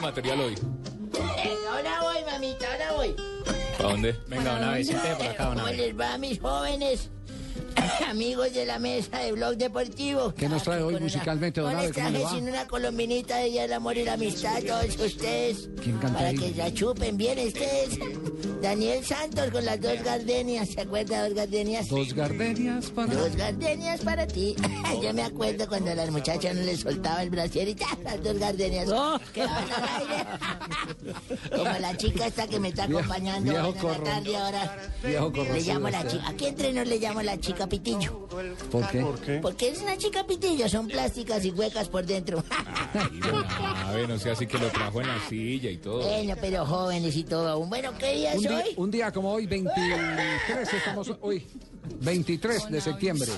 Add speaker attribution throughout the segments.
Speaker 1: material hoy?
Speaker 2: Ahora voy, mamita, ahora voy.
Speaker 1: ¿Para dónde?
Speaker 3: Venga, una vez, siéntese por acá, una
Speaker 2: ¿Cómo
Speaker 3: vez.
Speaker 2: les va a mis jóvenes amigos de la mesa de Blog Deportivo?
Speaker 4: ¿Qué nos trae hoy
Speaker 2: Con una-
Speaker 4: musicalmente, don
Speaker 2: no les
Speaker 4: Abe? ¿Cómo le
Speaker 2: traje
Speaker 4: va?
Speaker 2: sin una colombinita de Ella el Amor y la Amistad a todos ustedes.
Speaker 4: ¿Quién canta
Speaker 2: Para
Speaker 4: ahí?
Speaker 2: que la chupen bien ustedes. Daniel Santos con las dos gardenias. ¿Se acuerda de dos gardenias?
Speaker 4: Dos gardenias para...
Speaker 2: Dos gardenias para ti. Yo me acuerdo cuando a las muchachas no les soltaba el brasier y ya, las dos gardenias. quedaban al aire. Como la chica esta que me está
Speaker 4: Viejo-
Speaker 2: acompañando
Speaker 4: viejo
Speaker 2: hoy en la
Speaker 4: corrompido.
Speaker 2: tarde ahora.
Speaker 4: Viejo
Speaker 2: Le
Speaker 4: corrosivo
Speaker 2: llamo la
Speaker 4: usted.
Speaker 2: chica. Aquí entre nos le llamo la chica pitillo.
Speaker 4: ¿Por qué?
Speaker 2: Porque es una chica pitillo, son plásticas y huecas por dentro.
Speaker 1: Ay, don Abe, no sé, así que lo trajo en la silla y todo.
Speaker 2: bueno, pero jóvenes y todo aún. Bueno, ¿qué día
Speaker 4: Un
Speaker 2: es
Speaker 4: día,
Speaker 2: hoy?
Speaker 4: un día como hoy, 23, estamos hoy, 23 de septiembre.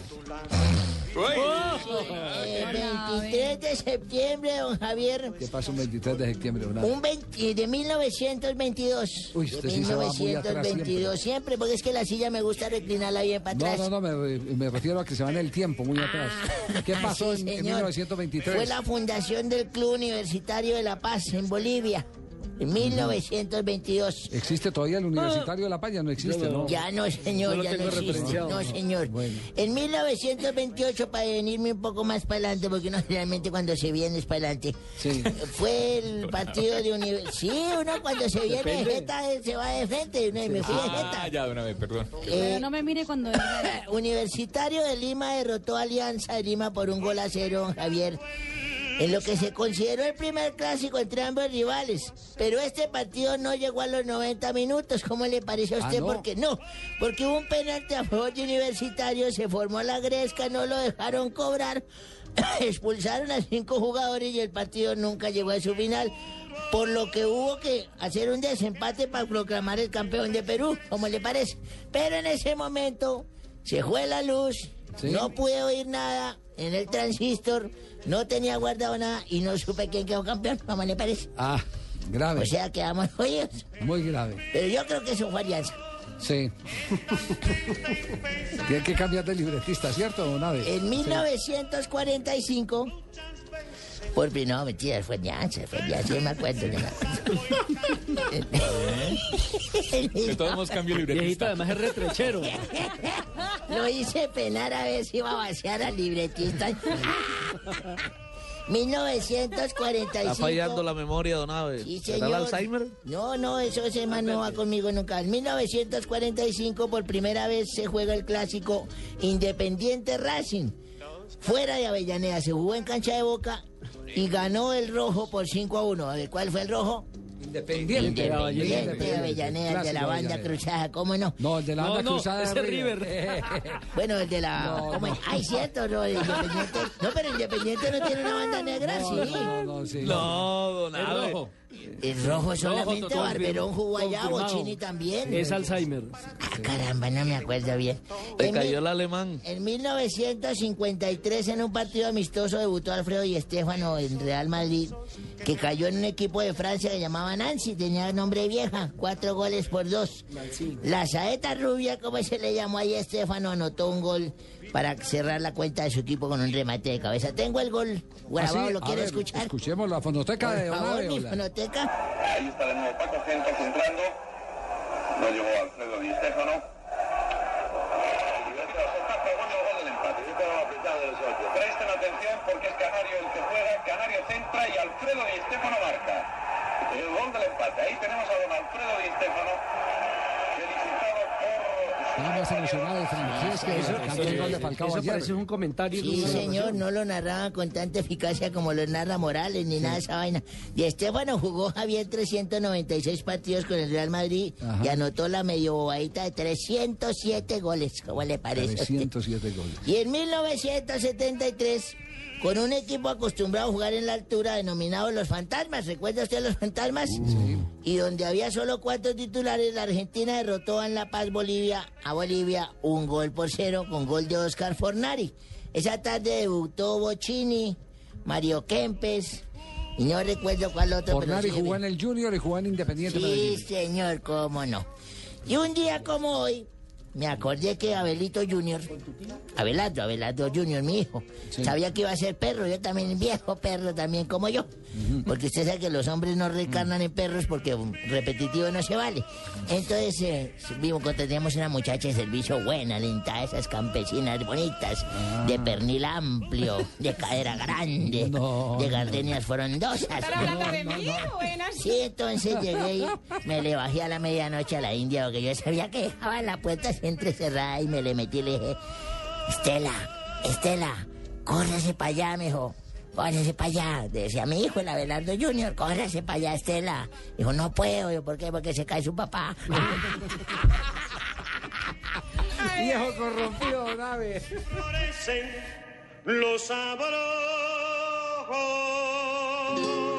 Speaker 2: Eh, 23 de septiembre, don Javier.
Speaker 4: ¿Qué pasa un 23 de septiembre? don Abe?
Speaker 2: Un 20 de 1922.
Speaker 4: Uy,
Speaker 2: de
Speaker 4: usted sí se va muy atrás
Speaker 2: 1922, siempre. porque es que la silla me gusta reclinarla bien para
Speaker 4: No,
Speaker 2: atrás.
Speaker 4: no, no, me, re- me refiero a que se va en el tiempo, muy atrás. ¿Qué
Speaker 2: Ah,
Speaker 4: pasó
Speaker 2: sí,
Speaker 4: en, en
Speaker 2: señor. Fue
Speaker 4: 1923?
Speaker 2: la fundación del Club Universitario de La Paz en Bolivia en 1922.
Speaker 4: ¿Existe todavía el Universitario de La Paz? Ya no existe, ¿no?
Speaker 2: Ya no, señor, ya no existe. No, señor. En 1928, para venirme un poco más para adelante, porque uno realmente cuando se viene es para adelante.
Speaker 4: Sí.
Speaker 2: Fue el partido de universidad. Sí, uno cuando se viene de jeta eh, se va de frente. uno, me fui de jeta.
Speaker 1: Ah, ya, de una vez, perdón.
Speaker 2: Eh,
Speaker 3: Pero no me mire cuando diga
Speaker 2: Universitario de Lima derrotó a Alianza de Lima por un gol a cero, don Javier. En lo que se consideró el primer clásico entre ambos rivales. Pero este partido no llegó a los 90 minutos. ¿Cómo le parece a
Speaker 4: Ah,
Speaker 2: usted?
Speaker 4: ¿no?
Speaker 2: Porque no. Porque hubo un penalti a favor de Universitario, se formó la gresca, no lo dejaron cobrar. Expulsaron a cinco jugadores y el partido nunca llegó a su final. Por lo que hubo que hacer un desempate para proclamar el campeón de Perú, como le parece. Pero en ese momento se fue la luz,
Speaker 4: Sí.
Speaker 2: no pude oír nada en el transistor, no tenía guardado nada y no supe quién quedó campeón, como le parece.
Speaker 4: Ah, grave,
Speaker 2: O sea, quedamos jodidos.
Speaker 4: muy grave.
Speaker 2: Pero yo creo que eso fue alianza.
Speaker 4: Sí. Tiene que cambiar de libretista, ¿cierto, don Abe?
Speaker 2: En 1945, por pri- no, mentira, fue Alianza, fue Alianza, yo me acuerdo, yo me
Speaker 1: De
Speaker 2: acuerdo.
Speaker 1: todos modos, cambio el
Speaker 5: Viejito,
Speaker 1: libretista.
Speaker 5: además es retrechero.
Speaker 2: Lo hice penar a ver si iba a vaciar al libretista. 1945.
Speaker 6: Está fallando la memoria, don Abe.
Speaker 2: Sí,
Speaker 6: ¿Será el
Speaker 2: señor.
Speaker 6: Alzheimer?
Speaker 2: No, no, eso ese man no va conmigo nunca. En 1945 por primera vez se juega el clásico Independiente Racing. Fuera de Avellaneda, se jugó en cancha de Boca y ganó el rojo por 5 a 1. A ver, ¿cuál fue el rojo?
Speaker 4: Independiente.
Speaker 2: Independiente de Avellaneda, el de
Speaker 4: Clásico
Speaker 2: la
Speaker 4: de
Speaker 2: banda
Speaker 4: Avellaneda.
Speaker 2: cruzada, ¿cómo no?
Speaker 4: No, el de la
Speaker 5: No,
Speaker 4: banda
Speaker 5: no,
Speaker 4: cruzada
Speaker 5: ese
Speaker 4: de
Speaker 5: es
Speaker 2: Bueno, el de la...
Speaker 4: No,
Speaker 2: ¿cómo es? Ay, cierto, no, el Independiente... No, pero Independiente no tiene una banda negra,
Speaker 4: No,
Speaker 2: sí.
Speaker 4: no, no, no, sí.
Speaker 6: No, don
Speaker 5: Es
Speaker 6: Abe.
Speaker 5: rojo.
Speaker 2: El rojo solamente,
Speaker 5: confirma-
Speaker 2: Barberón jugó allá,
Speaker 5: confirmado.
Speaker 2: Bochini también.
Speaker 5: Es Alzheimer.
Speaker 2: Ah, caramba, no me acuerdo bien.
Speaker 6: Te
Speaker 2: En, mi-
Speaker 6: cayó el alemán.
Speaker 2: en 1953, en un partido amistoso, debutó Alfredo y Estefano en Real Madrid, que cayó en un equipo de Francia que llamaba Nancy, tenía nombre vieja, cuatro goles por dos. La saeta rubia, como se le llamó ahí a Estefano, anotó un gol para cerrar la cuenta de su equipo con un remate de cabeza. Tengo el gol grabado,
Speaker 4: Así,
Speaker 2: ¿lo
Speaker 4: Ah, a
Speaker 2: quiere
Speaker 4: ver,
Speaker 2: escuchar?
Speaker 4: Escuchemos la fonoteca de
Speaker 2: Por
Speaker 4: don
Speaker 2: favor,
Speaker 4: Abe,
Speaker 2: mi
Speaker 4: hola.
Speaker 2: fonoteca.
Speaker 7: Ahí está de nuevo Paco Centros entrando. No llegó Alfredo Di Stéfano. Presten atención porque es Canario el que juega, Canario centra y Alfredo Di Stéfano marca. El gol del empate. Ahí tenemos a don Alfredo Di Stéfano, felicitado por...
Speaker 4: Estábamos emocionados, Francesca, cambió el gol de Falcao
Speaker 5: Eso
Speaker 4: ayer.
Speaker 5: parece un comentario.
Speaker 2: Sí, señor, no lo narraban con tanta eficacia como lo narra Morales ni nada de esa vaina. Y Estefano jugó Javier 396 partidos con el Real Madrid
Speaker 4: Ajá.
Speaker 2: y anotó la medio bobadita de 307 goles. ¿Cómo le parece? a usted?
Speaker 4: 307 goles.
Speaker 2: Y en 1973, con un equipo acostumbrado a jugar en la altura denominado Los Fantasmas, ¿recuerda usted Los Fantasmas? Y donde había solo cuatro titulares, la Argentina derrotó a La Paz Bolivia a Bolivia un gol por cero con gol de Oscar Fornari. Esa tarde debutó Bocini, Mario Kempes, y no recuerdo cuál otro. pero
Speaker 4: Fornari
Speaker 2: sí
Speaker 4: jugó
Speaker 2: vi-
Speaker 4: en el Junior y jugó en Independiente
Speaker 2: Sí,
Speaker 4: Medellín.
Speaker 2: señor, cómo no. Y un día como hoy, me acordé que Abelito Junior, Abelardo, Abelardo Junior, mi hijo, sabía que iba a ser perro, yo también, viejo perro también como yo. Porque usted sabe que los hombres no reencarnan en perros porque um, repetitivo no se vale. Entonces, eh, vimos, contratamos una muchacha de servicio buena, linda, esas campesinas bonitas, de pernil amplio, de cadera grande, de gardenias frondosas. Sí, entonces llegué y me le bajé a la medianoche a la India porque yo sabía que dejaba la puerta así entrecerrada y me le metí y le dije, Estela, Estela, córrese para allá, mijo. Córrese para allá, decía mi hijo, el Abelardo Junior, córrese para allá, Estela. Dijo, no puedo, yo, ¿por qué? Porque se cae su papá.
Speaker 4: Viejo corrompido, don Abe.
Speaker 5: los abrojos.